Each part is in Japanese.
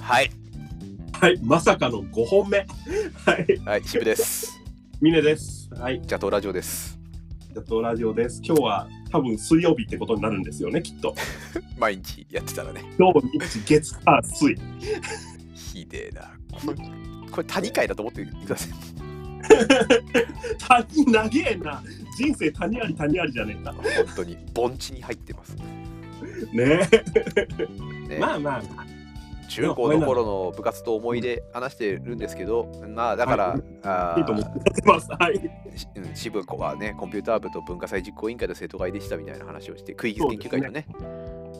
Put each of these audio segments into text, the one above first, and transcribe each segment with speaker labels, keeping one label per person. Speaker 1: はい、
Speaker 2: はい、まさかの5本目。はい、
Speaker 1: はい、渋です。
Speaker 2: ミネです。はい、
Speaker 1: ジャトーラジオです。
Speaker 2: ジャットラジオです。今日は多分水曜日ってことになるんですよね、きっと。
Speaker 1: 毎日やってたらね、
Speaker 2: 今日、日、月、火、水。
Speaker 1: ひでえな。これ、これ谷会だと思ってください。
Speaker 2: 谷長えな。人生谷あり谷ありじゃねえか。
Speaker 1: 本当に盆地に入ってます。
Speaker 2: ね
Speaker 1: ね
Speaker 2: え。まあまあ、
Speaker 1: 中高の頃の部活と思い出話してるんですけど、まあだから、
Speaker 2: は
Speaker 1: あ
Speaker 2: いいと思ってます。はい。
Speaker 1: ーしうん支部はね、コンピューター部と文化祭実行委員会の生徒会でしたみたいな話をして、クイズ研究会のね。、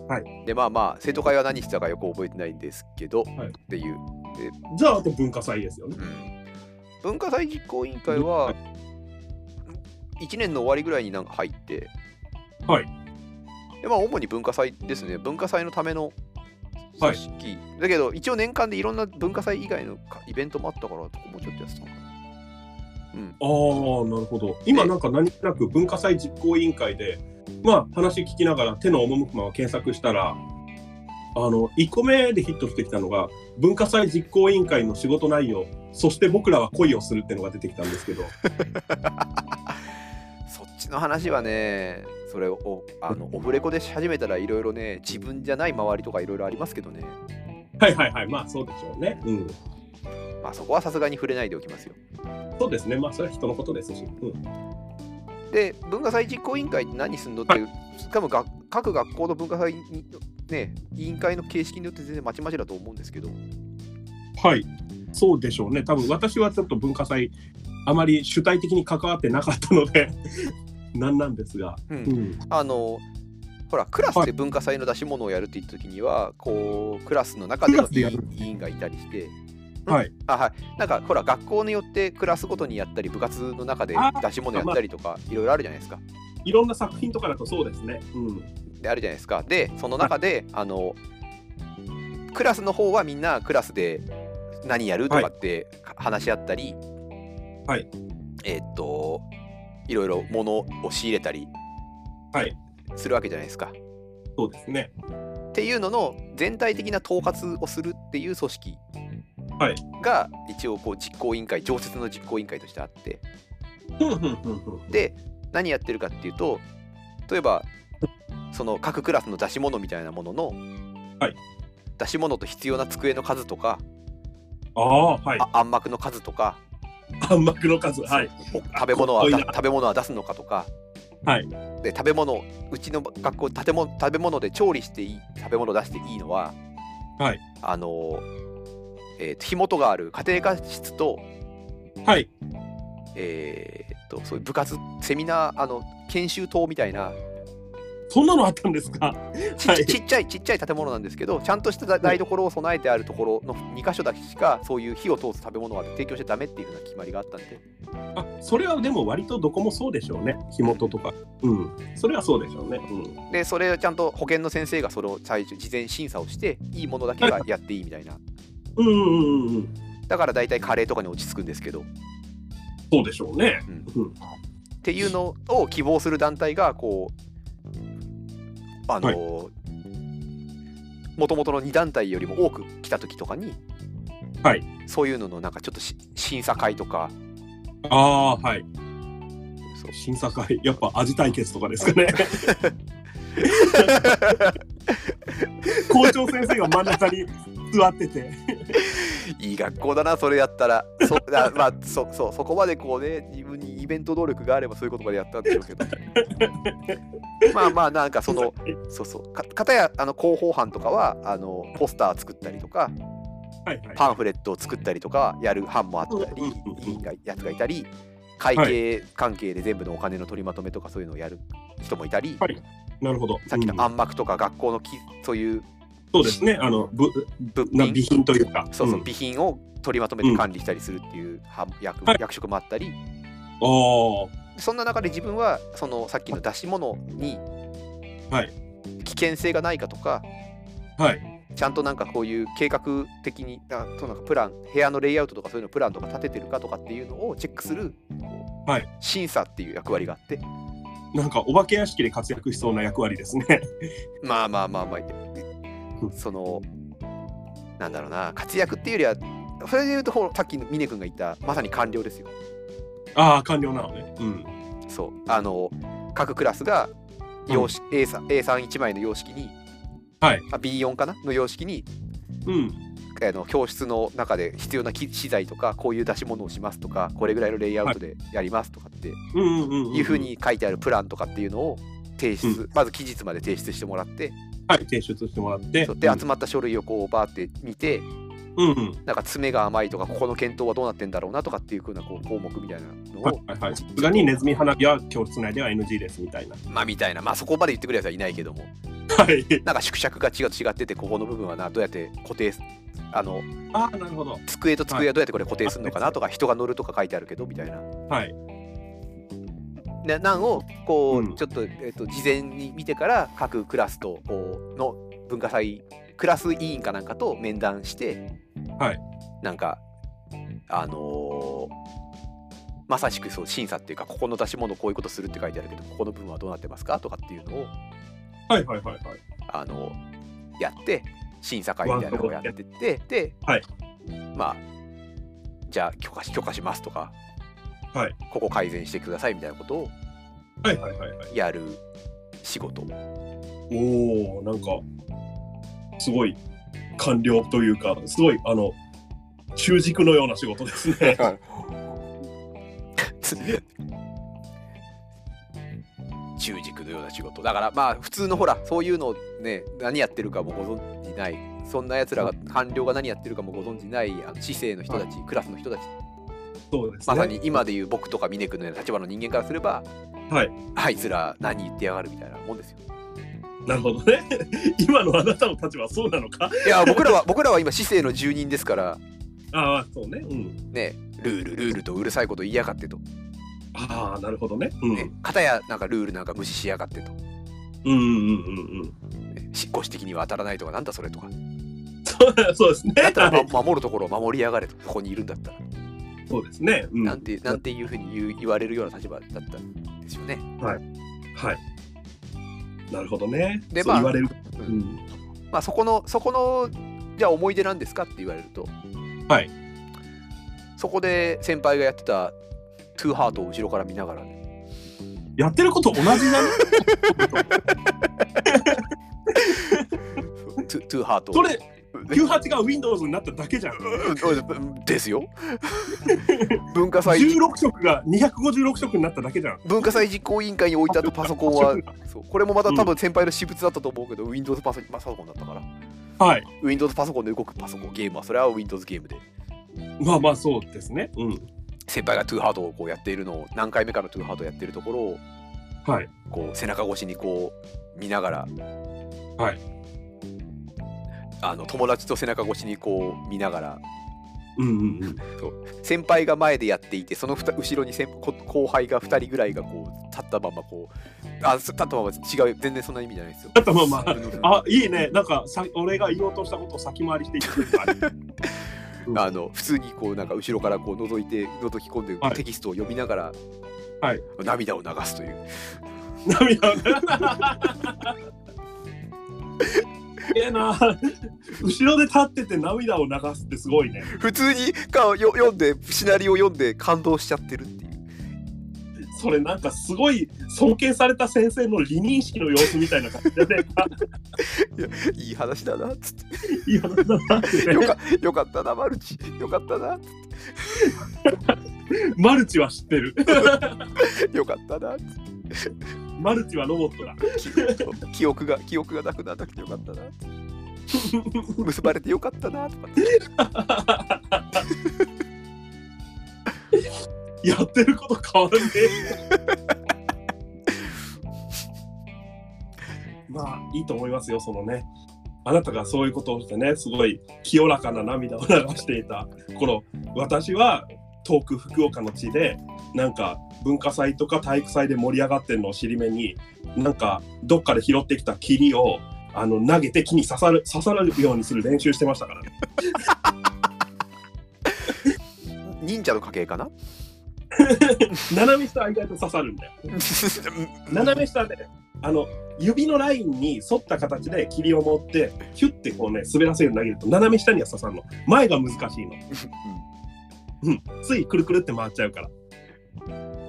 Speaker 2: はい
Speaker 1: で、まあまあ、生徒会は何してたかよく覚えてないんですけど、
Speaker 2: はい
Speaker 1: っていう、
Speaker 2: じゃあ、あと文化祭ですよね
Speaker 1: う。ん。文化祭実行委員会は、1年の終わりぐらいになんか入って、
Speaker 2: はい
Speaker 1: でまあ、主に文化祭ですね、文化祭のための組織、だけど、一応年間でいろんな文化祭以外のかイベントもあったから、とかもうちょっとやってたのかな。うん、
Speaker 2: ああ、なるほど。今、なんか何気なく文化祭実行委員会で、まあ、話聞きながら手の赴くまま検索したら、あの、1個目でヒットしてきたのが、文化祭実行委員会の仕事内容、そして僕らは恋をするってのが出てきたんです けど、
Speaker 1: そっちの話はね、それをあのオフレコでし始めたらいろいろね、自分じゃない周りとかいろいろありますけどね、
Speaker 2: はいはいはい、まあそうでしょうね。うん。
Speaker 1: まあ、そこはさすがに触れないでおきますよ。
Speaker 2: そうですね、まあそれは人のことですし。うん、
Speaker 1: で文化祭実行委員会って何すんのって、しかもが各学校の文化祭に、ね、委員会の形式によって全然まちまちだと思うんですけど、
Speaker 2: はい、そうでしょうね。多分私はちょっと文化祭、あまり主体的に関わってなかったので、 なんなんですが。
Speaker 1: うん
Speaker 2: うん。
Speaker 1: あのほらクラス
Speaker 2: は
Speaker 1: で文化祭の出し物をやるって言った時にはこうクラスの中で
Speaker 2: ク
Speaker 1: の
Speaker 2: ラス
Speaker 1: 委
Speaker 2: でやる
Speaker 1: 員委員がいたりして。
Speaker 2: はい。
Speaker 1: あはい、なんかほら学校によってクラスごとにやったり部活の中で
Speaker 2: あ
Speaker 1: 出し物やったりとかいろいろあるじゃないですか。
Speaker 2: いろんな作品とかだとそうですね。うん。
Speaker 1: であるじゃないですか。でその中であのクラスの方はみんなクラスで何やるとかって話し合ったり、
Speaker 2: はい
Speaker 1: えーっといろいろ物を仕入れたり
Speaker 2: はい
Speaker 1: するわけじゃないですか。
Speaker 2: そうですね。
Speaker 1: っていうのの全体的な統括をするっていう組織
Speaker 2: はい
Speaker 1: が一応こう実行委員会常設の実行委員会としてあって
Speaker 2: うんうんうんうん。
Speaker 1: で何やってるかっていうと例えばその各クラスの出し物みたいなものの、
Speaker 2: はい
Speaker 1: 出し物と必要な机の数とか
Speaker 2: ああ、はい。
Speaker 1: あ暗幕の数とか
Speaker 2: 暗幕の数。はい。
Speaker 1: お食べ物は
Speaker 2: こい
Speaker 1: だ
Speaker 2: な
Speaker 1: 食べ物は出すのかとか、
Speaker 2: はい
Speaker 1: で食べ物うちの学校建物食べ物で調理していい食べ物出していいのは、
Speaker 2: はい
Speaker 1: あのえーと火元がある家庭科室と,、
Speaker 2: はい。
Speaker 1: えーとそういう部活セミナーあの研修棟みたいな
Speaker 2: そんなのあったんですか。
Speaker 1: ちっ
Speaker 2: はい
Speaker 1: ちっちゃいちっちゃい建物なんですけどちゃんとした台台所を備えてあるところの2箇所だけしかそういう火を通す食べ物は提供しちゃダメっていうふうな決まりがあったんで
Speaker 2: あ、それはでも割とどこもそうでしょうね。火元とか。うん。それはそうでしょうね。うん。
Speaker 1: でそれをちゃんと保健の先生がそれを最初事前審査をしていいものだけがやっていいみたいな
Speaker 2: うんうんうんうん。
Speaker 1: だから大体カレーとかに落ち着くんですけどっ
Speaker 2: そうでしょうね。うん。
Speaker 1: ていうのを希望する団体がこうあのもともとの2団体よりも多く来た時とかに、
Speaker 2: はい
Speaker 1: そういうののなんかちょっとし審査会とか
Speaker 2: ああ、はい。
Speaker 1: そう
Speaker 2: 審査会、やっぱ味対決とかですか ね。校長先生が真ん中に座ってて。
Speaker 1: いい学校だなそれやったらそ あまあそそうそこまでこうね自分にイベント能力があればそういうことまでやったんでしょうけ どまあまあなんかそのそうそうか片やあの広報班とかはあのポスター作ったりとか
Speaker 2: はいはい。
Speaker 1: パンフレットを作ったりとかやる班もあったり
Speaker 2: うんうんうん
Speaker 1: 委員がやつがいたり会計関係で全部のお金の取りまとめとかそういうのをやる人もいたり、
Speaker 2: はいなるほど。
Speaker 1: さっき
Speaker 2: う
Speaker 1: の
Speaker 2: ん
Speaker 1: 暗幕とか学校のきそういう
Speaker 2: そうですね。あの、ぶ、
Speaker 1: 物
Speaker 2: な
Speaker 1: 品
Speaker 2: 備品というか。
Speaker 1: そうそう、
Speaker 2: ん
Speaker 1: 備品を取りまとめて管理したりするっていうは役,、
Speaker 2: はい
Speaker 1: 役職もあったり
Speaker 2: あ
Speaker 1: そんな中で自分はそのさっきの出し物に
Speaker 2: はい
Speaker 1: 危険性がないかとか、
Speaker 2: あ、はい。
Speaker 1: ちゃんとなんかこういう計画的にあそうなんかプラン部屋のレイアウトとかそういうのプランとか立ててるかとかっていうのをチェックする、こう
Speaker 2: はい
Speaker 1: 審査っていう役割があって
Speaker 2: なんかお化け屋敷で活躍しそうな役割ですね。
Speaker 1: まあまあまあまあそのなんだろうな活躍っていうよりはそれで言うとほらさっきの峰君が言ったまさに官僚ですよ
Speaker 2: ああ、完了なのね。うん。
Speaker 1: そうあの各クラスが様式 A さん A31 枚の様式に、
Speaker 2: はい
Speaker 1: あ B4 かなの様式に
Speaker 2: うん。
Speaker 1: あの教室の中で必要な機資材とかこういう出し物をしますとかこれぐらいのレイアウトでやりますとかって
Speaker 2: うんうんうん、うん。
Speaker 1: いうふう。に書いてあるプランとかっていうのを提出、まず期日まで提出してもらって、
Speaker 2: はい、提出してもらって。
Speaker 1: そうで集まった書類をこうバーって見て
Speaker 2: うんうん。
Speaker 1: なんか爪が甘いとかここの検討はどうなってんだろうなとかっていうふうなこう項目みたいなのを、
Speaker 2: はいはいはい。さすがにネズミ花火は教室内では NG ですみたいな。
Speaker 1: まあみたいなまあそこまで言ってくるやつはいないけども
Speaker 2: はい。
Speaker 1: なんか縮尺が違う違っててここの部分はなどうやって固定すあの
Speaker 2: ああ、なるほど。
Speaker 1: 机と机はどうやってこれ固定するのかなとか人が乗るとか書いてあるけどみたいな。
Speaker 2: はい。
Speaker 1: ななんをこう、
Speaker 2: うん
Speaker 1: ちょっと,、えっと事前に見てから各クラスとこうの文化祭クラス委員かなんかと面談して、
Speaker 2: はい
Speaker 1: なんかあのーまさしくそう審査っていうかここの出し物こういうことするって書いてあるけどここの部分はどうなってますかとかっていうのを、
Speaker 2: はいはいはいはい。
Speaker 1: あのやって審査会みたいなのをやってってで、
Speaker 2: はい
Speaker 1: まあじゃあ許可し許可しますとか、
Speaker 2: はい
Speaker 1: ここ改善してくださいみたいなことを
Speaker 2: はいはいはいはい。
Speaker 1: やる仕事
Speaker 2: おおなんか、すごい、官僚というか、すごい、あの、中軸のような仕事ですね。
Speaker 1: 中軸のような仕事だからまあ普通のほらそういうのね何やってるかもご存じないそんなやつらが官僚が何やってるかもご存じないあの市政の人たち、クラスの人たち
Speaker 2: そうです
Speaker 1: ま
Speaker 2: ね。
Speaker 1: さに今でいう僕とか峰君のような立場の人間からすれば、
Speaker 2: はい、
Speaker 1: あいつら何言ってやがるみたいなもんですよ
Speaker 2: なるほどね。 今のあなたの立場はそうなのか。
Speaker 1: いや僕 らは僕らは今市政の住人ですから
Speaker 2: ああ、そうね。うん。
Speaker 1: ねルールルールとうるさいこと言いやがってと、
Speaker 2: ああ、なるほどね。うん。
Speaker 1: ね、片やなんかルールなんか無視しやがってと、
Speaker 2: うんうんうんうん。
Speaker 1: ね、しご指摘には当たらないとかなんだそれとか
Speaker 2: そう そうですね。
Speaker 1: だった
Speaker 2: は
Speaker 1: ら
Speaker 2: い
Speaker 1: ま守るところを守りやがれとここにいるんだったら
Speaker 2: そうですね。うん。
Speaker 1: なんてなんていうふうに言う言われるような立場だったんですよね
Speaker 2: はい。なるほどね。
Speaker 1: で
Speaker 2: そう
Speaker 1: まあ
Speaker 2: 言われる。
Speaker 1: う
Speaker 2: うんん。
Speaker 1: まあそこのそこのじゃあ思い出なんですかって言われると
Speaker 2: はい
Speaker 1: そこで先輩がやってたトゥーハートを後ろから見ながらね
Speaker 2: やってること同じ だね。
Speaker 1: トゥトゥーハートを
Speaker 2: それ、98が Windows になっただけじゃん。
Speaker 1: うんですよ 文化祭
Speaker 2: 16色が256色になっただけじゃん。
Speaker 1: 文化祭実行委員会に置いてあったパソコンはそうこれもまた多分先輩の私物だったと思うけど、Windows パソパソコンだったから
Speaker 2: はい。
Speaker 1: Windows パソコンで動くパソコンゲームはそれは Windows ゲームで
Speaker 2: まあまあそうですね。うん。
Speaker 1: 先輩がトゥーハートをこうやっているのを何回目かのトゥーハートをやってるところを
Speaker 2: はい。
Speaker 1: こう背中越しにこう見ながら、
Speaker 2: はい、
Speaker 1: あの友達と背中越しにこう見ながら
Speaker 2: うんうんうん。
Speaker 1: 先輩が前でやっていてそのふた後ろに先こ後輩が2人ぐらいがこう立ったままこうあす立ったまま違う全然そんな意味じゃないですよ。
Speaker 2: 立ったまま
Speaker 1: あ
Speaker 2: あ、いいね。なんかさ、俺が言おうとしたことを先回りしていくっていうのがある。
Speaker 1: あの普通にこうなんか後ろからこう覗いて覗き込んで
Speaker 2: はい
Speaker 1: テキストを読みながら、
Speaker 2: はい
Speaker 1: 涙を流すという
Speaker 2: 涙を流す。ええな。後ろで立ってて涙を流すってすごいね。
Speaker 1: 普通にかよ読んでシナリオを読んで感動しちゃってるっていう。
Speaker 2: それなんかすごい尊敬された先生の離任式の様子みたいな感じで、ね、
Speaker 1: いい話だなっつっ
Speaker 2: いい話だなって
Speaker 1: て
Speaker 2: ね
Speaker 1: よかよかったなマルチよかったな
Speaker 2: マルチは知ってる。
Speaker 1: よかったな
Speaker 2: マルチはロボットだ。
Speaker 1: 記憶が記憶がなくならなくてよかったな結ばれてよかったなとか
Speaker 2: やってること変わんねえ。まあいいと思いますよ、そのね。あなたがそういうことをしてね、すごい清らかな涙を流していた頃、私は遠く福岡の地で、なんか文化祭とか体育祭で盛り上がってるのを尻目に、なんかどっかで拾ってきた霧をあの投げて木に刺さる刺さるようにする練習してましたからね。
Speaker 1: 忍者の家系かな
Speaker 2: 斜め下は意外と刺さるんだよ。斜め下であの指のラインに沿った形で霧を持ってヒュッてこうね滑らせるように投げると斜め下には刺さんの前が難しいの、うん、ついくるくるって回っちゃうから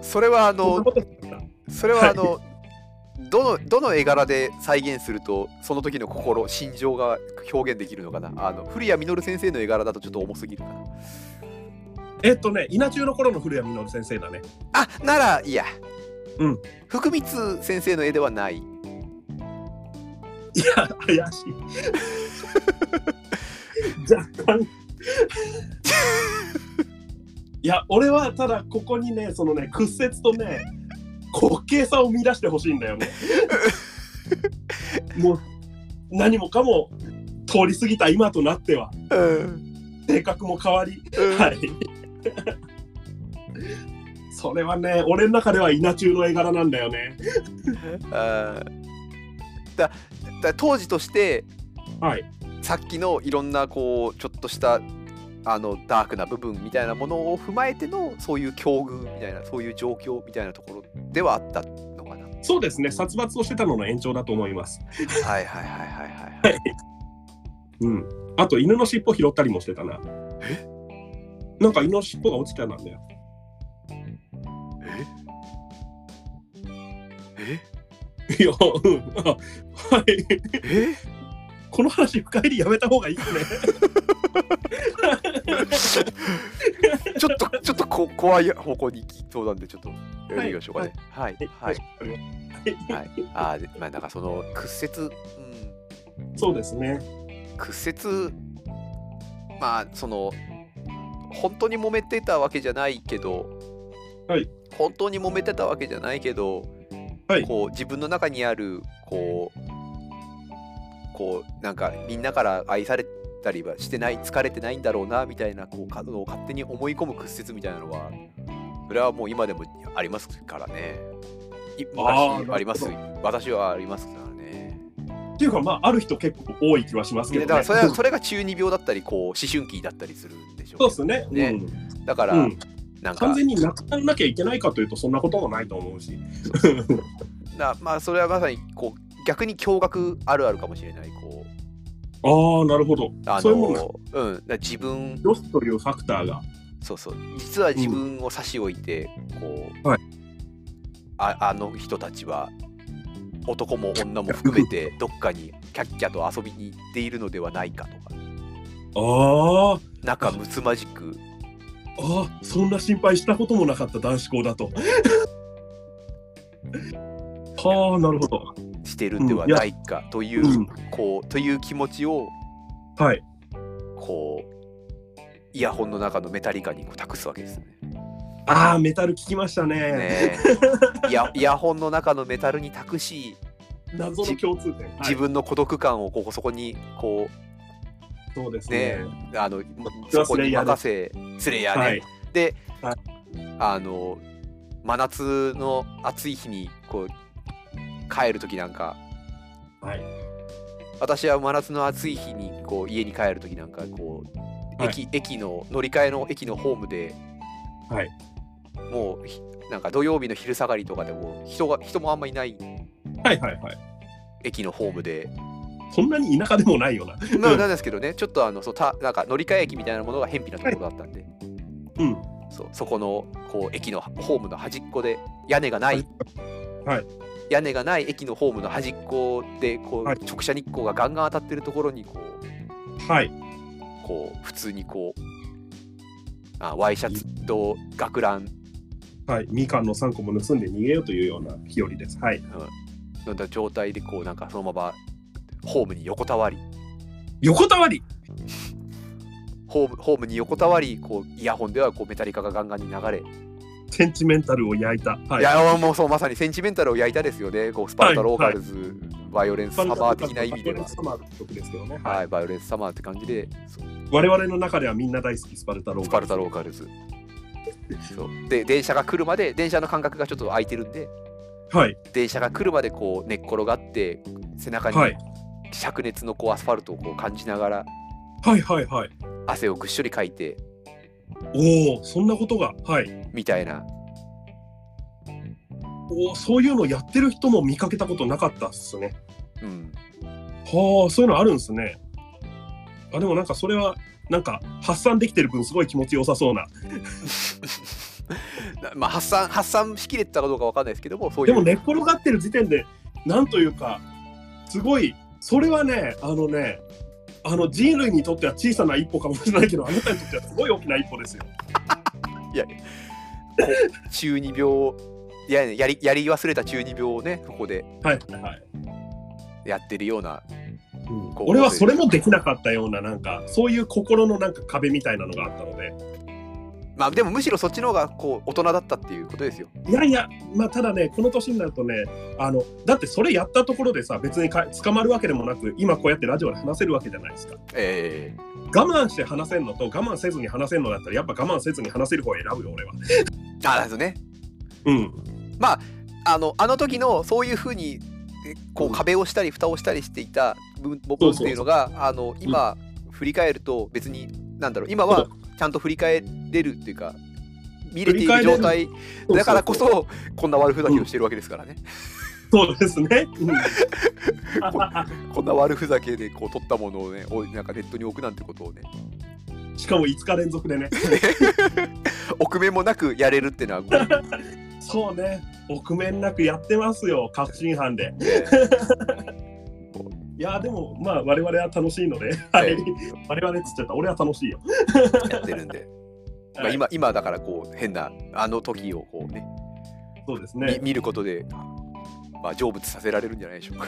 Speaker 1: それはあ
Speaker 2: そん
Speaker 1: の
Speaker 2: なことだった
Speaker 1: それはあの、どのどの絵柄で再現するとその時の心心情が表現できるのかなあの古谷実先生の絵柄だとちょっと重すぎるかな
Speaker 2: えっとね稲中の頃の古谷実先生だね
Speaker 1: あならいいや
Speaker 2: うん
Speaker 1: 福光先生の絵ではない
Speaker 2: いや怪しい若干いや俺はただここにねそのね屈折とね滑稽さを見出してほしいんだよねもう何もかも通り過ぎた今となっては
Speaker 1: うん、
Speaker 2: 性格も変わりはい それはね俺の中では稲中の絵柄なんだよね
Speaker 1: あーだだ当時として
Speaker 2: はい
Speaker 1: さっきのいろんなこうちょっとしたあのダークな部分みたいなものを踏まえてのそういう境遇みたいなそういう状況みたいなところではあったのかなはい
Speaker 2: そうですね殺伐をしてたのの延長だと思います
Speaker 1: はいはいはいはいはい
Speaker 2: うん。あと、犬の尻尾拾ったりもしてたな。なんか犬の尻尾が落ちてたんだよ。
Speaker 1: え
Speaker 2: いや、うん。あはい。
Speaker 1: え
Speaker 2: この話、深入りやめた方がいいですね。
Speaker 1: ちょっとちょっとこ怖い方向に行きそうなんでちょっとやりましょうかねはいはいはいあーでまあなんかその屈折、うん、
Speaker 2: そうですね。
Speaker 1: 屈折まあその本当に揉めてたわけじゃないけど、
Speaker 2: はい
Speaker 1: 本当に揉めてたわけじゃないけど、
Speaker 2: はい
Speaker 1: こう自分の中にあるこうこうなんかみんなから愛されたりはしてない疲れてないんだろうなみたいなこうかのを勝手に思い込む屈折みたいなのはそれはもう今でもありますからね。い
Speaker 2: あー
Speaker 1: 昔あります
Speaker 2: な
Speaker 1: 私はありますからね。
Speaker 2: っていうか、まあ、ある人結構多い気はしますけ
Speaker 1: ね
Speaker 2: ど、ね。
Speaker 1: だからそれはそれが中二病だったりこう思春期だったりするんでしょ
Speaker 2: そうですね。
Speaker 1: ね
Speaker 2: うん
Speaker 1: だから、
Speaker 2: うん
Speaker 1: なんか
Speaker 2: 完全になくならなきゃいけないかというと、そんなこともないと思うし。
Speaker 1: なまあそれはまさにこう逆に驚愕あるあるかもしれないこう
Speaker 2: ああ、なるほど。
Speaker 1: あ
Speaker 2: そういうもん
Speaker 1: のうんだから自分
Speaker 2: ロスというファクターが。
Speaker 1: そうそう実は自分を差し置いて、こう、
Speaker 2: はい
Speaker 1: ああの人たちは男も女も含めてどっかにキャッキャと遊びに行っているのではないかとか
Speaker 2: ああ、
Speaker 1: 仲睦まじく
Speaker 2: ああ、そんな心配したこともなかった男子校だ と。はあ、なるほど。
Speaker 1: してるんではないかという、
Speaker 2: うん
Speaker 1: こうという気持ちを
Speaker 2: はい。
Speaker 1: こうイヤホンの中のメタリカにこう託すわけですよね。
Speaker 2: ああ、メタル聞きましたね。
Speaker 1: ねえイヤイヤホンの中のメタルに託し
Speaker 2: 謎の共通点。
Speaker 1: 自分の孤独感をここそこにこ
Speaker 2: はい、そうですね。
Speaker 1: うあの
Speaker 2: れ
Speaker 1: そ
Speaker 2: は
Speaker 1: こに任せスレイヤーね。
Speaker 2: はい。
Speaker 1: で、
Speaker 2: は
Speaker 1: あの真夏の暑い日にこう帰る時なんか
Speaker 2: はい。
Speaker 1: 私は真夏の暑い日にこう家に帰る時なんかこう
Speaker 2: はい
Speaker 1: 駅,、駅の乗り換えの駅のホームで、
Speaker 2: はい
Speaker 1: もうひなんか土曜日の昼下がりとかでも人が人もあんまいない
Speaker 2: はいはいはい。
Speaker 1: 駅のホームで、
Speaker 2: そんなに田舎でもないよな。
Speaker 1: まあ、なんですけどねちょっとあのそうたなんか乗り換え駅みたいなものが偏僻なところだったんで、
Speaker 2: うん。
Speaker 1: そうそこのこう駅のホームの端っこで屋根がない、
Speaker 2: はい
Speaker 1: 屋根がない駅のホームの端っこでこう、
Speaker 2: はい
Speaker 1: 直射日光がガンガン当たってるところにこう
Speaker 2: はい。
Speaker 1: こう普通にこうあワイシャツと学ラン
Speaker 2: はい。みかんの3個も盗んで逃げようというような日和です。はい。
Speaker 1: の状態でこうなんかそのままホームに横たわり
Speaker 2: 横たわり
Speaker 1: ホームホームに横たわりこうイヤホンではこうメタリカがガンガンに流れ、、
Speaker 2: センチメンタルを焼いた。はいい。
Speaker 1: やもうそうまさにセンチメンタルを焼いたですよねこうスパルタローガルズ、バイオレンスサマー的な意味では
Speaker 2: ス。パルタローガルズのサマーの曲ですけどね。はい。
Speaker 1: はい、バイオレンスサマーって感じで、そう
Speaker 2: 我々の中ではみんな大好きスパルタロー
Speaker 1: ス
Speaker 2: ガ
Speaker 1: パ
Speaker 2: ル
Speaker 1: ル
Speaker 2: ズ
Speaker 1: タローガルズ。そうで、電車が来るまで、電車の間隔がちょっと空いてるんで、
Speaker 2: はい。
Speaker 1: 電車が来るまでこう寝っ転がって、背中に
Speaker 2: はい。
Speaker 1: 灼熱のこうアスファルトをこう感じながら
Speaker 2: はいはいはい。
Speaker 1: 汗をぐっしょりかいて
Speaker 2: おお、そんなことが。はい。
Speaker 1: みたいな
Speaker 2: おそういうのやってる人も見かけたことなかったっすね。
Speaker 1: うん、
Speaker 2: はあ、そういうのあるんですね。あ、でもなんかそれは、なんか発散できてる分、すごい気持ちよさそうな。
Speaker 1: なまあ発散発散しきれてたかどうかわかんないですけどもそうい
Speaker 2: で
Speaker 1: う
Speaker 2: も寝っ転がってる時点で、なんというか、すごい、それはね、あのね、あの人類にとっては小さな一歩かもしれないけど、あなたにとってはすごい大きな一歩ですよ。
Speaker 1: 中二病をいややりやり忘れた中二病をねここで
Speaker 2: はいはいはい。
Speaker 1: やってるような
Speaker 2: うん
Speaker 1: こう
Speaker 2: 俺はそれもできなかったような、なんか、そういう心のなんか壁みたいなのがあったので。
Speaker 1: まあでもむしろそっちの方がこう大人だったっていうことですよ
Speaker 2: いやいや、まあ、ただね、この年になるとね、あのだってそれやったところでさ、別にか捕まるわけでもなく、今こうやってラジオで話せるわけじゃないですか。
Speaker 1: え
Speaker 2: 我慢して話せるのと、我慢せずに話せるのだったら、やっぱ我慢せずに話せる方を選ぶよ、俺は。
Speaker 1: えあなるほどね
Speaker 2: うん。
Speaker 1: あのあの時のそういうふうにえこ
Speaker 2: う
Speaker 1: うん壁をしたり蓋をしたりしていた部部分っていうのがあの今振り返ると別になんだろう今
Speaker 2: そ
Speaker 1: は
Speaker 2: う
Speaker 1: ちゃんと振り返れるっていうか見れてい
Speaker 2: 振り返
Speaker 1: る
Speaker 2: れる
Speaker 1: 状態だからこ
Speaker 2: ううう。
Speaker 1: そこんな悪ふざけをしてるわけですからね、
Speaker 2: そうですね。 うん
Speaker 1: こんな悪ふざけでこう取ったものをねおいなんかネットに置くなんてことをね
Speaker 2: しかも5日連続でね。
Speaker 1: 臆面もなくやれるっていうのはこう
Speaker 2: そうね。臆面なくやってますよ、確信犯で。
Speaker 1: ね
Speaker 2: いや、でも、まあ、我々は楽しいので、
Speaker 1: は
Speaker 2: はいい。我々っつっちゃった、俺は楽しいよ。
Speaker 1: やってるんで、まあ、
Speaker 2: はい
Speaker 1: 今今だからこう変なあの時をこうね
Speaker 2: そうです
Speaker 1: み
Speaker 2: ね。
Speaker 1: 見ることで、まあ、成仏させられるんじゃないでしょうか。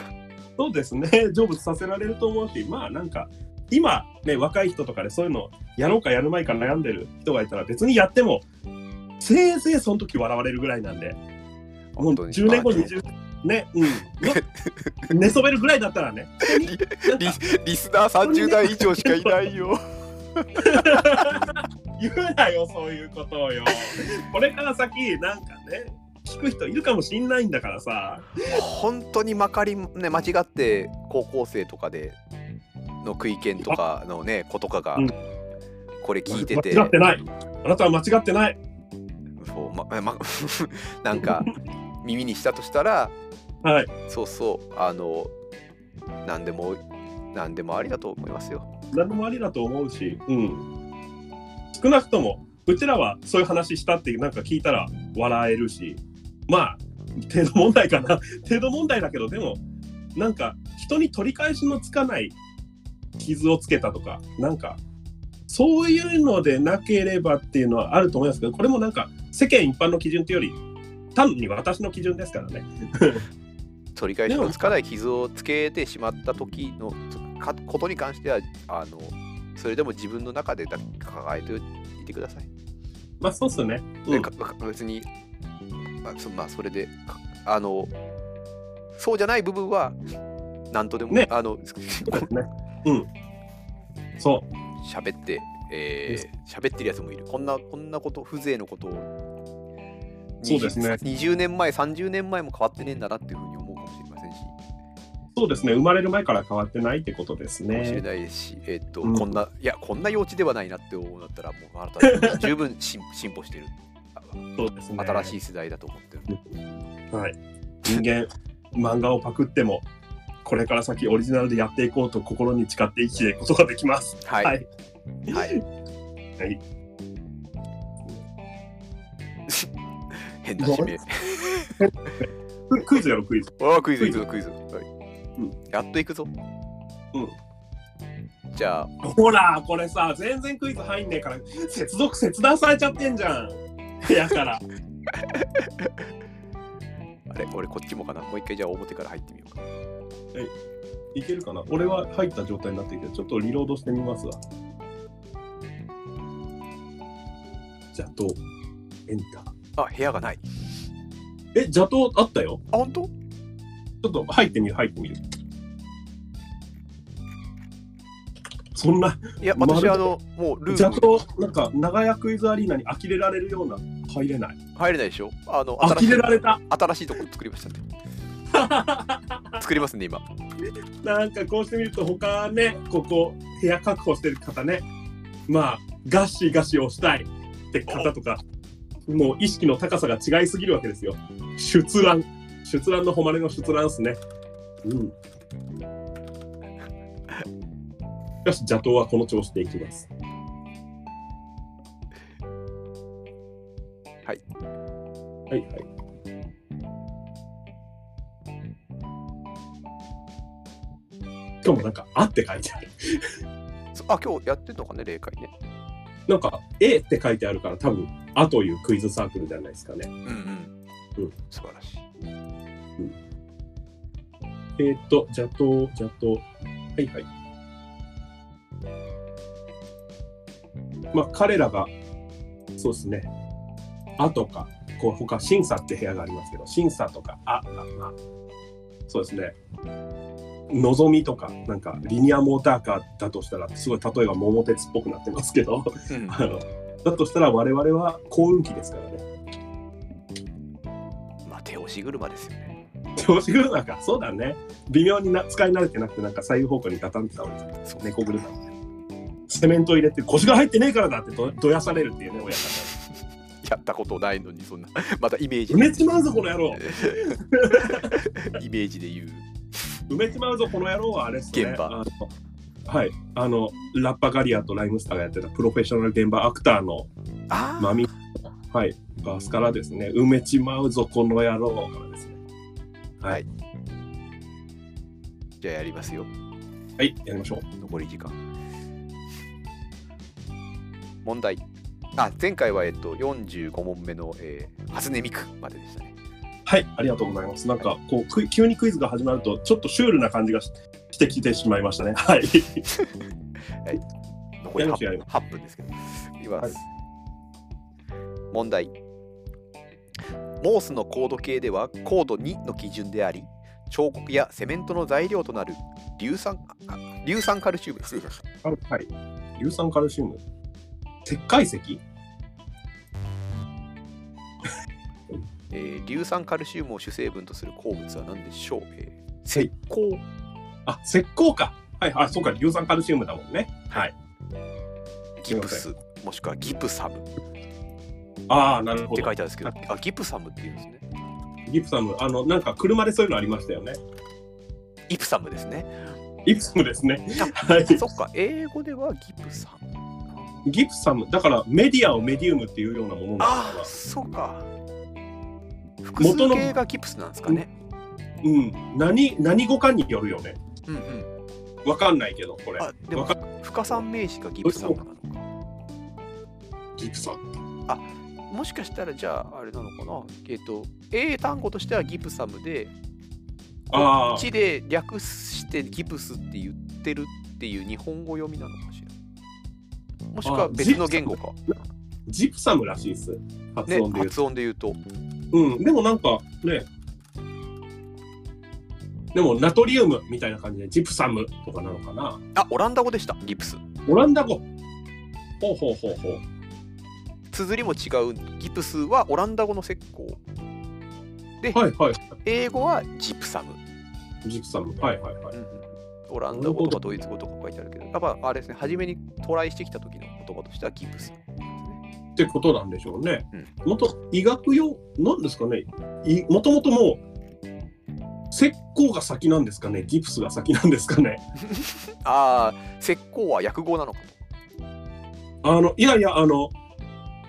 Speaker 2: そうですね、 成仏させられると思うし、まあなんか、今、ね、若い人とかでそういうのやろうかやるまいか悩んでる人がいたら、別にやっても、せいぜいその時笑われるぐらいなんで、もう
Speaker 1: 本当に
Speaker 2: 10年後、
Speaker 1: まあね
Speaker 2: 20ね、 うん、寝そべるぐらいだったらね、
Speaker 1: リリスナー30代以上しかいないよ。
Speaker 2: 言うなよ、そういうことをよ。これから先、なんかね、聞く人いるかもしんないんだからさ、
Speaker 1: 本当にまかり、ね、間違って高校生とかでの食い犬とかのね子とかが
Speaker 2: うん
Speaker 1: これ聞いてて、
Speaker 2: 間違ってない。あなたは間違ってない。
Speaker 1: そうまま なんか耳にしたとしたら
Speaker 2: はい、
Speaker 1: そうそうあの何でも何でもありだと思いますよ。
Speaker 2: 何でもありだと思うし、うん、少なくともうちらはそういう話したってなんか聞いたら笑えるしまあ程度問題かな 程度問題だけどでもなんか人に取り返しのつかない傷をつけたとかなんかそういうのでなければっていうのはあると思いますけどこれもなんか世間一般の基準っていうより単に私の基準ですからね
Speaker 1: 取り返しのつかない傷をつけてしまった時のかことに関してはあのそれでも自分の中でだ抱えていてください。
Speaker 2: まあそうっすね、う
Speaker 1: で
Speaker 2: ん
Speaker 1: かか別に、まあそまあ、それでかあのそうじゃない部分は何とでも、
Speaker 2: ね
Speaker 1: あの
Speaker 2: そうですねうんそう
Speaker 1: 喋ってえー喋ってるやつもいるこんなこんなこと風情のことを
Speaker 2: そうですね
Speaker 1: 20 20年前30年前も変わってねえんだなっていうふうに思うかもしれませんし
Speaker 2: そうですね、生まれる前から変わってないってことです
Speaker 1: かもしれ
Speaker 2: ね。
Speaker 1: ないですし、えーっと
Speaker 2: うん
Speaker 1: こんないやこんな幼稚ではないなって思うんだったらもうあなたは十分進 進歩してる
Speaker 2: そうですね。
Speaker 1: 新しい世代だと思ってるんで
Speaker 2: はい。人間、漫画をパクっても、これから先オリジナルでやっていこうと心に誓って生きていくことができます。
Speaker 1: はい、
Speaker 2: はい
Speaker 1: はい
Speaker 2: はい。
Speaker 1: 変な締め。
Speaker 2: ククイズやろ、クイズ。
Speaker 1: わあ、クイズ、クイズ、クイズ。はい
Speaker 2: うん
Speaker 1: やっといくぞ。うん。じゃあ、
Speaker 2: ほら、これさ、全然クイズ入んねえから、接続、切断されちゃってんじゃん。やから。
Speaker 1: あれ、俺こっちもかな。もう一回じゃあ表から入ってみようか。
Speaker 2: いけるかな俺は入った状態になってるけど、ちょっとリロードしてみますわ。じゃと、エンター。
Speaker 1: あ、部屋がない。
Speaker 2: え、邪道あったよ。
Speaker 1: あ、本当？
Speaker 2: ちょっと入ってみる、入ってみる。そんな、
Speaker 1: いや、
Speaker 2: まる
Speaker 1: 私
Speaker 2: で
Speaker 1: あのもうル
Speaker 2: ちゃん
Speaker 1: ーム
Speaker 2: と、なんか、長屋クイズアリーナに呆れられるような、入れない。
Speaker 1: 入れないでしょ。あの新し
Speaker 2: 呆
Speaker 1: い
Speaker 2: れられた。
Speaker 1: 新しいとこ作りましたんで。作りますね今。
Speaker 2: なんか、こうしてみると、他ね、ここ、部屋確保してる方ね、まあ、ガシガシ押したいって方とか、もう意識の高さが違いすぎるわけですよ。出覧。出覧の誉れの出覧ですね。うん。しかし、邪道はこの調子でいきます。
Speaker 1: はい。
Speaker 2: はいはい。しかもなんか、あって書いてある。
Speaker 1: そあ、今日やってんのかね、霊界ね。
Speaker 2: なんか、A って書いてあるから、多分、あというクイズサークルじゃないですかね。
Speaker 1: うんうん。
Speaker 2: うん
Speaker 1: 素晴らしい。
Speaker 2: えーっと、邪道、邪道。はいはい。まあ、彼らが、そうですね。あとか、こう、他、審査って部屋がありますけど、審査とか、あ、あ、あ、そうですね。のぞみとか、なんか、リニアモーターカーだとしたら、すごい例えば桃鉄っぽくなってますけど、
Speaker 1: うん
Speaker 2: あの、だとしたら我々は幸運期ですからね。
Speaker 1: まあ、手押し車ですよね。
Speaker 2: 調子車か、そうだね。微妙にな使い慣れてなくて、なんか左右方向にガタンって倒れて
Speaker 1: そう
Speaker 2: 猫車みたいな。セメント入れて腰が入ってねえからだってどどやされるっていうね、親方。
Speaker 1: やったことないのに、そんな、 またイメージ
Speaker 2: 埋めちまうぞ、この 野郎。
Speaker 1: イメージで言う。
Speaker 2: 埋めちまうぞ、この野郎はあれっすね。
Speaker 1: 現場
Speaker 2: あのはい。あの、ラッパガリアとライムスターがやってたプロフェッショナル現場アクターの
Speaker 1: あー
Speaker 2: マミ、はい、バスからですね、埋めちまうぞ、この野郎からですね。はい。
Speaker 1: じゃあやりますよ。
Speaker 2: はい、やりましょう。
Speaker 1: 残り時間。問題。あ、前回は、えっと、45問目の、えー、初音ミクまででしたね。
Speaker 2: はい、ありがとうございます。なんか、こう、クイ急にクイズが始まると、ちょっとシュールな感じがししてきてしまいましたね。はい。
Speaker 1: 残り
Speaker 2: やりましょう
Speaker 1: 8, 分
Speaker 2: やりま
Speaker 1: 8分ですけど。いきます。問題。モースの高度計では高度2の基準であり、彫刻やセメントの材料となる硫酸あ硫酸カルシウム失礼しました
Speaker 2: はい。硫酸カルシウム。石灰石
Speaker 1: えー硫酸カルシウムを主成分とする鉱物は何でしょう、えー石膏
Speaker 2: あ、石膏か。はい、あ、そうか、硫酸カルシウムだもんね。はい。
Speaker 1: ギプスもしくはギプサムって
Speaker 2: ああ、なるほ
Speaker 1: 書いてある
Speaker 2: ど。
Speaker 1: んですけどあギプサムっていうんですね
Speaker 2: ギプサム、あの、なんか車でそういうのありましたよね。
Speaker 1: イプサムですね
Speaker 2: ギプサムですね。
Speaker 1: あ
Speaker 2: はい。
Speaker 1: そっか英語ではギプサム
Speaker 2: ギプサム、だからメディアをメディウムっていうようなものな
Speaker 1: あ
Speaker 2: ん
Speaker 1: あ
Speaker 2: だ
Speaker 1: そっか複数形がギプスなんですかね
Speaker 2: うん。何、何語かによるよね。
Speaker 1: うんうん
Speaker 2: わかんないけど、これ。
Speaker 1: あでも
Speaker 2: わか
Speaker 1: 不可算名詞がギプサムなのか
Speaker 2: ギプサム。
Speaker 1: もしかしたらじゃああれなのかなえっ、と英単語としてはギプサムで
Speaker 2: ああ。
Speaker 1: 地で略してギプスって言ってるっていう日本語読みなのかしらもしくは
Speaker 2: あ
Speaker 1: 別の言語か、
Speaker 2: ジプサムらしいっす。発
Speaker 1: ね
Speaker 2: 音、で言うと。
Speaker 1: 発音で言うと
Speaker 2: うん。でもなんかね。でもナトリウムみたいな感じでジプサムとかなのかな。
Speaker 1: あオランダ語でしたギプス
Speaker 2: オランダ語。ほうほうほうほう。
Speaker 1: 綴りも違うギプスはオランダ語の石膏
Speaker 2: はいはい。
Speaker 1: 英語はジプサム、
Speaker 2: ジプサム。はいはいはい。
Speaker 1: うんうんオランダ語とかドイツ語とか書いてあるけどやっぱあれですね初めにトライしてきた時の言葉としてはギプス
Speaker 2: ってことなんでしょうね。もと医学用なんですかね。いもともともう石膏が先なんですかね。ギプスが先なんですかね。
Speaker 1: ああ石膏は訳語なのか
Speaker 2: あのいやいやあの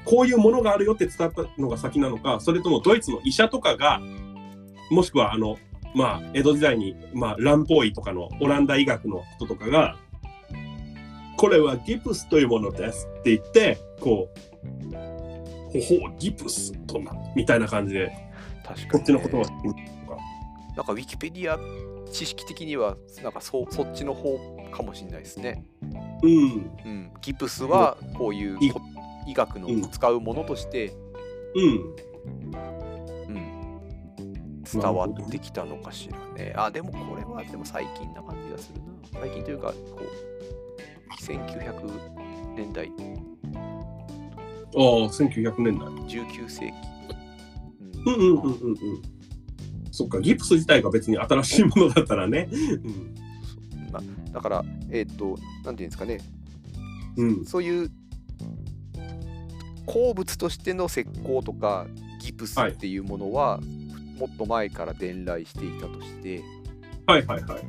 Speaker 2: こういうものがあるよって伝わったのが先なのかそれともドイツの医者とかがもしくはあのまあ江戸時代に、まあ、ランポーイとかのオランダ医学の人とかがこれはギプスというものですって言ってこうほほギプスとなみたいな感じで
Speaker 1: と確か
Speaker 2: こ
Speaker 1: に、
Speaker 2: っちのことは
Speaker 1: なんかウィキペディア知識的にはなんかそそっちの方かもしれないですね
Speaker 2: うん
Speaker 1: うん、ギプスはこういう
Speaker 2: い
Speaker 1: こ医学
Speaker 2: うん
Speaker 1: の使うものとして、
Speaker 2: うん
Speaker 1: うん、伝わってきたのかしらね。あでもこれはでも最近な感じがするな。最近というかこう1900年代
Speaker 2: ああ1900年代
Speaker 1: 19世紀、う
Speaker 2: うん
Speaker 1: ん
Speaker 2: うんうんうんうんそっかギプス自体が別に新しいものだったらね
Speaker 1: そうなだからえっ、となんていうんですかね
Speaker 2: うん、うん
Speaker 1: そういう鉱物としての石膏とかギプスっていうものは、もっと前から伝来していたとして
Speaker 2: はいはいは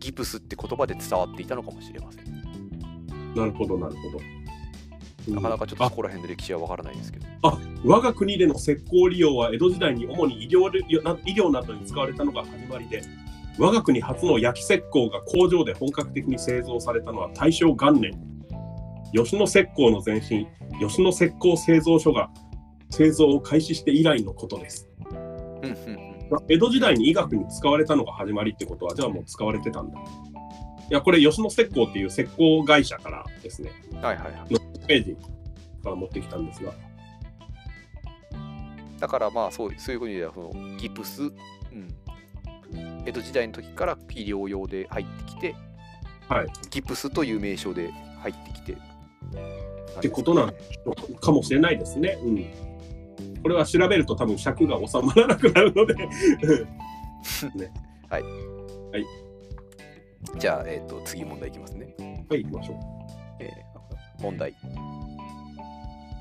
Speaker 1: ギプスって言葉で伝わっていたのかもしれません
Speaker 2: い。なるほどなるほど。
Speaker 1: なかなかちょっと
Speaker 2: あ
Speaker 1: そこら辺の歴史はわからないですけど
Speaker 2: 我が国での石膏利用は江戸時代に主に医療でな医療などに使われたのが始まりで我が国初の焼き石膏が工場で本格的に製造されたのは大正元年吉野石膏の前身吉野石膏製造所が製造を開始して以来のことです、
Speaker 1: うんうんうん
Speaker 2: まあ江戸時代に医学に使われたのが始まりってことはじゃあもう使われてたんだいやこれ吉野石膏っていう石膏会社からですね
Speaker 1: はいはいはい
Speaker 2: のページから持ってきたんですが
Speaker 1: だからまあそうそういうふうにはそのギプス、うん、江戸時代の時から医療用で入ってきて、
Speaker 2: はい
Speaker 1: ギプスという名称で入ってきて
Speaker 2: ってことなんかもしれないですね。うん、これは調べると多分尺が収まらなくなるので
Speaker 1: じゃあ、えっと次問題いきますね
Speaker 2: はい行きましょう。
Speaker 1: えー問題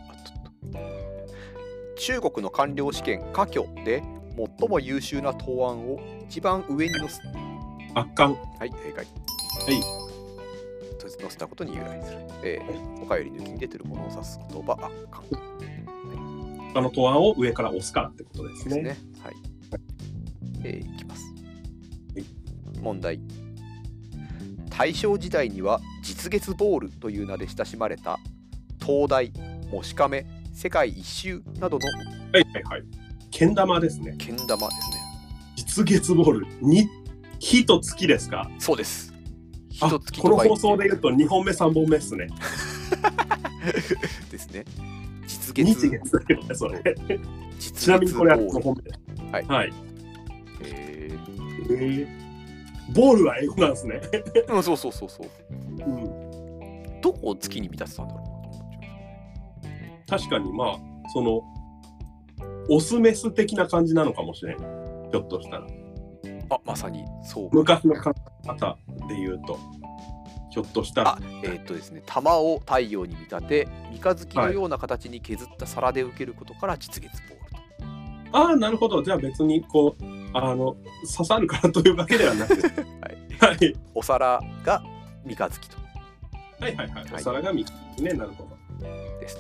Speaker 1: あちょっと中国の官僚試験科挙で最も優秀な答案を一番上に載す
Speaker 2: 圧巻
Speaker 1: はい正解はい載せ載せたことに由来する、えー、おかより抜きに出てるものを指す言葉あかん
Speaker 2: 他の答案を上から押すからってことです
Speaker 1: です
Speaker 2: ね。
Speaker 1: ねはい、えーいきます
Speaker 2: はい
Speaker 1: 問題大正時代には実月ボールという名で親しまれた東大もし亀世界一周などの
Speaker 2: はいはいはい。けん玉ですね。
Speaker 1: けん玉ですね。
Speaker 2: 実月ボールに火と月ですか。
Speaker 1: そうです。
Speaker 2: あ
Speaker 1: 一月
Speaker 2: ことの
Speaker 1: か言
Speaker 2: 放
Speaker 1: って
Speaker 2: 送で言うと2本目3本目ですね。
Speaker 1: ですね。実
Speaker 2: 日
Speaker 1: 月
Speaker 2: 月それ。ち
Speaker 1: 実
Speaker 2: なみに
Speaker 1: 月ボ
Speaker 2: これは
Speaker 1: ー
Speaker 2: 5
Speaker 1: ル。
Speaker 2: 本目です。
Speaker 1: はい
Speaker 2: はい。
Speaker 1: えー
Speaker 2: へーボールは英語なんですね。
Speaker 1: うん、そうそうそうそう。
Speaker 2: うん
Speaker 1: どこを月に満たしたんだろうなと思っちゃ
Speaker 2: 確かにまあそのオスメス的な感じなのかもしれんひょっとしたら
Speaker 1: う。あ、まさにそう。
Speaker 2: 昔の考え方で言うとひょっとしたら
Speaker 1: あ、えーっとですね。玉を太陽に見立て、三日月のような形に削った皿で受けることから実月ボールと。
Speaker 2: ああなるほどじゃあ別にこうあの刺さるからというわけでは なくて、はい、
Speaker 1: お皿が三日月と
Speaker 2: はいはいはい
Speaker 1: はい
Speaker 2: お皿が見ねなるほど
Speaker 1: です。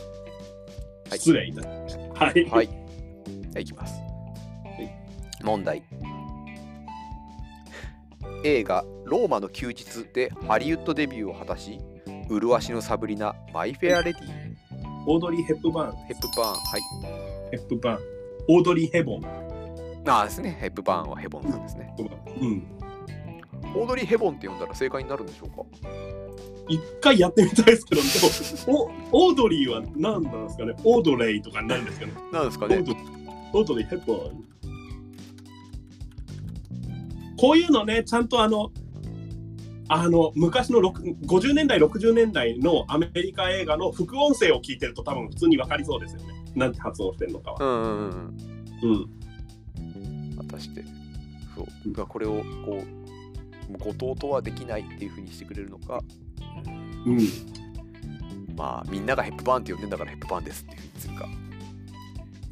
Speaker 1: はい
Speaker 2: 失礼いたしましたはい、
Speaker 1: はい。じゃあいきます。問題。映画「ローマの休日」でハリウッドデビューを果たし、麗しのサブリナ、マイ・フェア・レディ、
Speaker 2: オードリー・ヘップバーン
Speaker 1: ヘップバーン、はい。
Speaker 2: ヘップバーンオードリー・ヘボン
Speaker 1: ああですね、ヘップバーンはヘボンさんですね。
Speaker 2: うん
Speaker 1: オードリー・ヘボンって呼んだら正解になるんでしょうか
Speaker 2: 一回やってみたいですけどでもおオードリーは何なんですかねオードレイとかなんですかね
Speaker 1: なんですか
Speaker 2: オ
Speaker 1: ね
Speaker 2: ー。ドオードリー・ヘップバーンこういうのね、ちゃんとあの、あの昔の6 50年代、60年代のアメリカ映画の副音声を聞いてると、多分普通に分かりそうですよね。なんて発音してるのか
Speaker 1: う
Speaker 2: は。
Speaker 1: んうんうんうん。
Speaker 2: うん、
Speaker 1: 果たしてそう
Speaker 2: うん
Speaker 1: がこれをこうもう後藤とはできないっていうふうにしてくれるのか
Speaker 2: うん、
Speaker 1: まあみんながヘップバーンって呼んでんだからヘップバーンですっていうふうにするか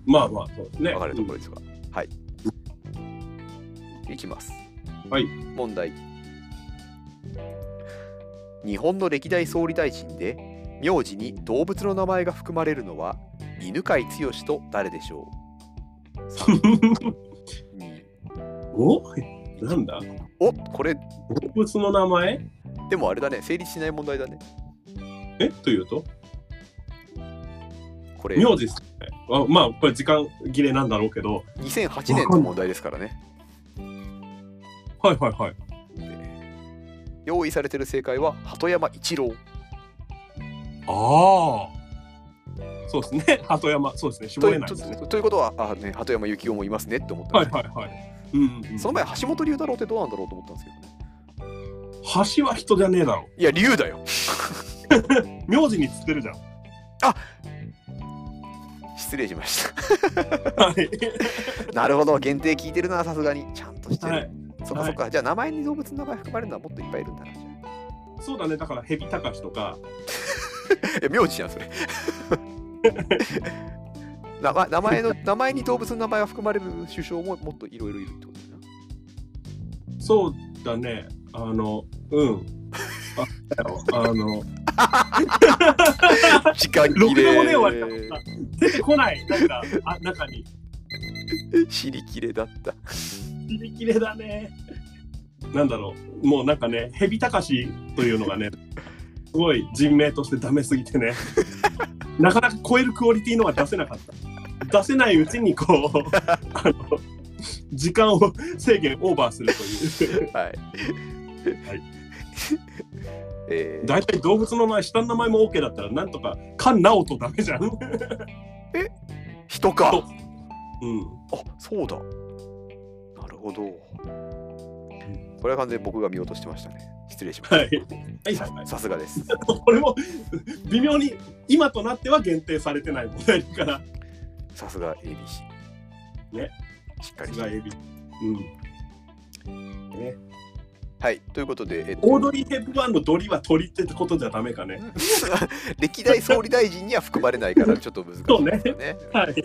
Speaker 2: まあまあ、そうですね。
Speaker 1: 分かれるところですが、はいいきます
Speaker 2: はい
Speaker 1: 問題日本の歴代総理大臣で名字に動物の名前が含まれるのは犬飼剛と誰でしょう3 2
Speaker 2: うんおなんだ
Speaker 1: おこれ
Speaker 2: 動物の名前
Speaker 1: でもあれだね成立しない問題だね
Speaker 2: えというと
Speaker 1: これ
Speaker 2: 名字ですねあまあ、これ時間切れなんだろうけど、
Speaker 1: 2008年の問題ですからね
Speaker 2: はいはいはい。
Speaker 1: 用意されてる正解は鳩山一郎
Speaker 2: ああ。そうですね。 鳩山、そうですね。絞
Speaker 1: と
Speaker 2: れ
Speaker 1: い
Speaker 2: ないですね。
Speaker 1: とということはあ、ね、鳩山幸雄もいますねって思ったん
Speaker 2: は
Speaker 1: で
Speaker 2: い
Speaker 1: す
Speaker 2: はいはい。うん、うん。
Speaker 1: その前橋本龍太郎ってどうなんだろうと思ったんですけどね
Speaker 2: 橋は人じゃねえだろ。
Speaker 1: いや、竜だ よ。
Speaker 2: 名字に釣ってるじゃん。
Speaker 1: 失礼しました。
Speaker 2: はい。
Speaker 1: なるほど、限定聞いてるな、さすがに。ちゃんとしてる。
Speaker 2: はい
Speaker 1: そっかそっか、じゃあ名前に動物の名前含まれるのはもっといっぱいいるん だな。じゃあ
Speaker 2: そうだね。だからヘビタカシとか、
Speaker 1: いや、名字じゃん、それ。名前名前の名前に動物の名前が含まれる首相ももっといろいろいるってことだな。
Speaker 2: そうだね。あの、うん。 ああの、
Speaker 1: 時間
Speaker 2: ろ
Speaker 1: 切
Speaker 2: くでもね
Speaker 1: れ
Speaker 2: え終わり方出てこない。なんか、あ中に。
Speaker 1: 知り切れだった。
Speaker 2: 切り切れだね。なんだろう。もうなんかね、ヘビタカシというのがね、すごい人名としてダメすぎてね。なかなか超えるクオリティのが出せなかった。出せないうちにこう、あの、時間を制限オーバーするという。
Speaker 1: はい。
Speaker 2: はい。
Speaker 1: えー、
Speaker 2: 大体動物の名前、下の名前も OK だったら、なんとか、カンナオとダメじゃん。
Speaker 1: 人か。
Speaker 2: そううん。
Speaker 1: あそうだ。なるほど。これは完全に僕が見落としてましたね。失礼しました。
Speaker 2: はい。はいはいはい。
Speaker 1: さすがです。
Speaker 2: これも微妙に今となっては限定されてない問題だから。
Speaker 1: さすが ABC。
Speaker 2: ね。
Speaker 1: しっかりし
Speaker 2: さす
Speaker 1: て
Speaker 2: が
Speaker 1: る。
Speaker 2: エビ。うん。ね。
Speaker 1: はい。ということで、えっと
Speaker 2: オードリー・ヘップバーンの鳥は鳥ってことじゃダメかね。
Speaker 1: 歴代総理大臣には含まれない からちょっと難しいですよね。
Speaker 2: はい。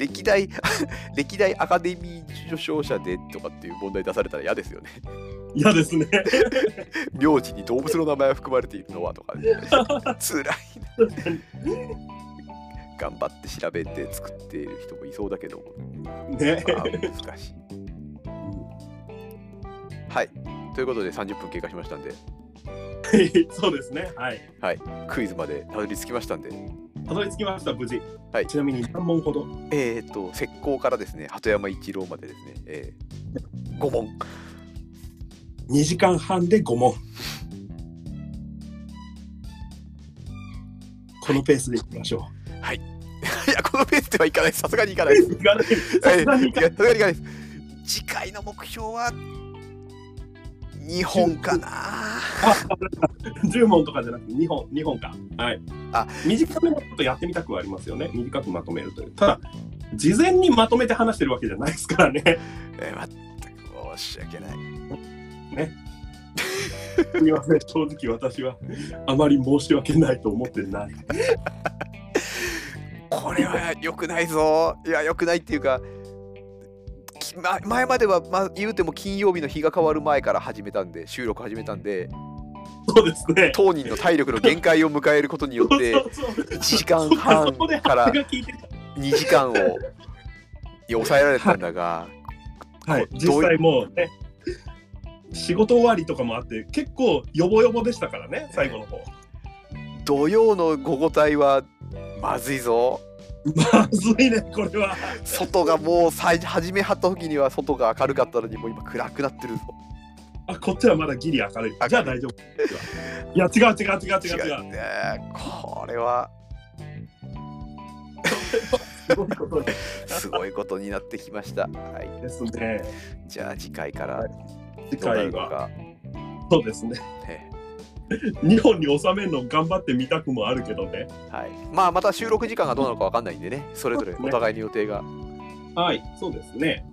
Speaker 1: 歴代 歴代アカデミー受賞者でとかっていう問題出されたら嫌ですよね。
Speaker 2: 嫌で すね。
Speaker 1: 名字に動物の名前が含まれているのはとか、ね、 辛いな。頑張って調べて作っている人もいそうだけど、
Speaker 2: ね。
Speaker 1: まあ、難しい。はい。ということで30分経過しましたんで、
Speaker 2: はいそうですね。はい。
Speaker 1: クイズまでたどり着きましたんで、
Speaker 2: たどり着きました、無事。
Speaker 1: はい
Speaker 2: ちなみに3問ほど。
Speaker 1: えー、と、石膏からですね、鳩山一郎までですね、えー、5問。
Speaker 2: 2時間半で5問。このペースでいきましょ
Speaker 1: いや、このペースではいかないです。さすがにいかないです。
Speaker 2: う。いかな
Speaker 1: は
Speaker 2: い。さ
Speaker 1: い、
Speaker 2: す
Speaker 1: いや
Speaker 2: が
Speaker 1: さ
Speaker 2: にい
Speaker 1: す
Speaker 2: か
Speaker 1: がにいかないです。次回の目標は、日本かな
Speaker 2: 10問とかじゃなくて2本2本か。はい。
Speaker 1: あ
Speaker 2: 短めのことやってみたくはありますよね。短くまとめるという。ただ、事前にまとめて話してるわけじゃないですからね。
Speaker 1: えー、全く申し訳ない。
Speaker 2: すみません、正直私はあまり申し訳ないと思ってない。
Speaker 1: これは良くないぞ。いや、良くないっていうか、きま、前までは、まあ、言うても金曜日の日が変わる前から始めたんで、収録始めたんで、
Speaker 2: そうですね。
Speaker 1: 当人の体力の限界を迎えることによって、
Speaker 2: そうそう
Speaker 1: 1時間半から
Speaker 2: そこで話が聞いて
Speaker 1: 2時間をいや抑えられたんだが、
Speaker 2: たはい、
Speaker 1: どう
Speaker 2: 実際もうね、仕事終わりとかもあって、結構ヨボヨボでしたからね、最後の方。
Speaker 1: 土曜の午後帯はまずいぞ。
Speaker 2: まずいね、これは。
Speaker 1: 外がもう最初めはった時には外が明るかったのにもう今暗くなってるぞ。
Speaker 2: あ、こっちはまだギリ明るい。じゃあ大丈夫。いや、違う違う違う違う違う。
Speaker 1: ねえこれは
Speaker 2: すごいこと
Speaker 1: すごいことになってきました。はい、
Speaker 2: ですね。
Speaker 1: じゃあ次回から
Speaker 2: はい次
Speaker 1: どうな
Speaker 2: 回
Speaker 1: るの
Speaker 2: は、
Speaker 1: か。
Speaker 2: そうですね。
Speaker 1: ね
Speaker 2: 日本に収めるの頑張ってみたくもあるけどね。
Speaker 1: はい、まあまた収録時間がどうなるかわかんないんでね、それぞれお互いの予定が。
Speaker 2: はい、そうですね。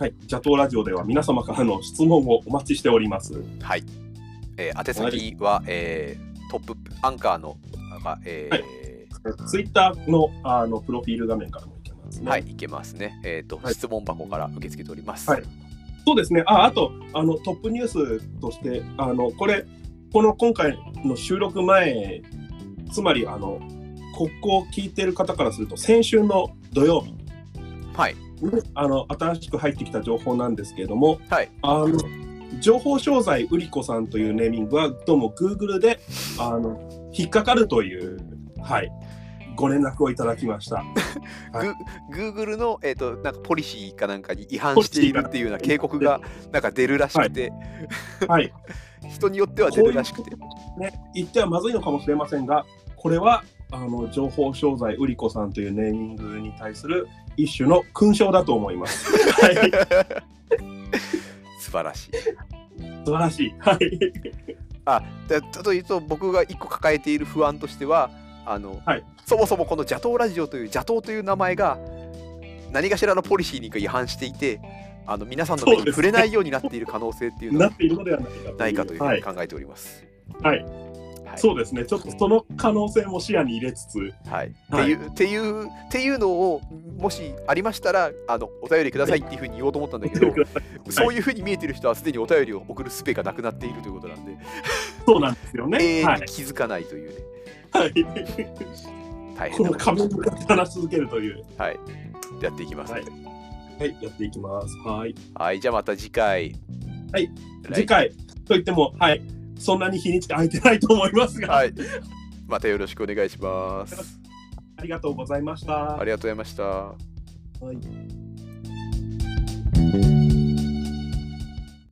Speaker 2: はい、ジャトーラジオでは皆様からの質問をお待ちしております。
Speaker 1: はい。えー、宛先は、えートップアンカーの、なんかえー
Speaker 2: はツイッターのあのプロフィール画面からもいけますね。
Speaker 1: はい、いけますね。えっ、と、
Speaker 2: はい
Speaker 1: 質問箱から受け付けております。
Speaker 2: はいそうですね。あ、あとあのトップニュースとしてあのこれこの今回の収録前、つまりあのここを聞いてる方からすると先週の土曜日
Speaker 1: はい。
Speaker 2: あの新しく入ってきた情報なんですけれども、
Speaker 1: はい
Speaker 2: あの情報商材売り子さんというネーミングはどうも Google であの引っかかるという、はい、ご連絡をいただきました。
Speaker 1: Google の、えー、となんかポリシーかなんかに違反しているっていうような警告がなんか出るらしくて、
Speaker 2: はい、
Speaker 1: 人によっては出るらしくて。
Speaker 2: ね、言ってはまずいのかもしれませんがこれはあの情報商材売り子さんというネーミングに対する一種の勲章だと思います。はい、
Speaker 1: 素晴らしい。
Speaker 2: 素晴らしい。はい
Speaker 1: でちょっと言うと僕が一個抱えている不安としてはあの、
Speaker 2: はい
Speaker 1: そもそもこの「邪党ラジオ」という邪党という名前が何かしらのポリシーに違反していてあの皆さんの目
Speaker 2: そう
Speaker 1: に
Speaker 2: です
Speaker 1: 触
Speaker 2: ね
Speaker 1: れないようになっている可能性っていうの
Speaker 2: な
Speaker 1: が
Speaker 2: っているのではないかと
Speaker 1: ないかとい
Speaker 2: いう
Speaker 1: うふ
Speaker 2: は
Speaker 1: うに
Speaker 2: い
Speaker 1: 考えております。
Speaker 2: はい
Speaker 1: はい、はい
Speaker 2: そうですね、ちょっとその可能性も視野に入れつつ、
Speaker 1: はい、
Speaker 2: はい
Speaker 1: っていうっていうっていうのをもしありましたらあのお便りくださいっていうふうに言おうと思ったんだけど、そういうふうに見えてる人はすでにお便りを送る術がなくなっているということなんで、
Speaker 2: そうなんですよ
Speaker 1: 永
Speaker 2: ね。は
Speaker 1: 遠
Speaker 2: い
Speaker 1: に。気づかないというね、
Speaker 2: はい、
Speaker 1: 大
Speaker 2: こ
Speaker 1: 変なこ
Speaker 2: の
Speaker 1: と
Speaker 2: 壁に向かって話し続けるという。
Speaker 1: はい、やっていきますので、はい
Speaker 2: はい、やっていきます。はい。
Speaker 1: じゃあまた次回。
Speaker 2: はい、
Speaker 1: 来
Speaker 2: 次回といっても、はい、そんなに日にち空いてないと思いますが、
Speaker 1: はい、またよろしく お願いします。
Speaker 2: ありがとうございました。
Speaker 1: ありがとうございました。
Speaker 2: はい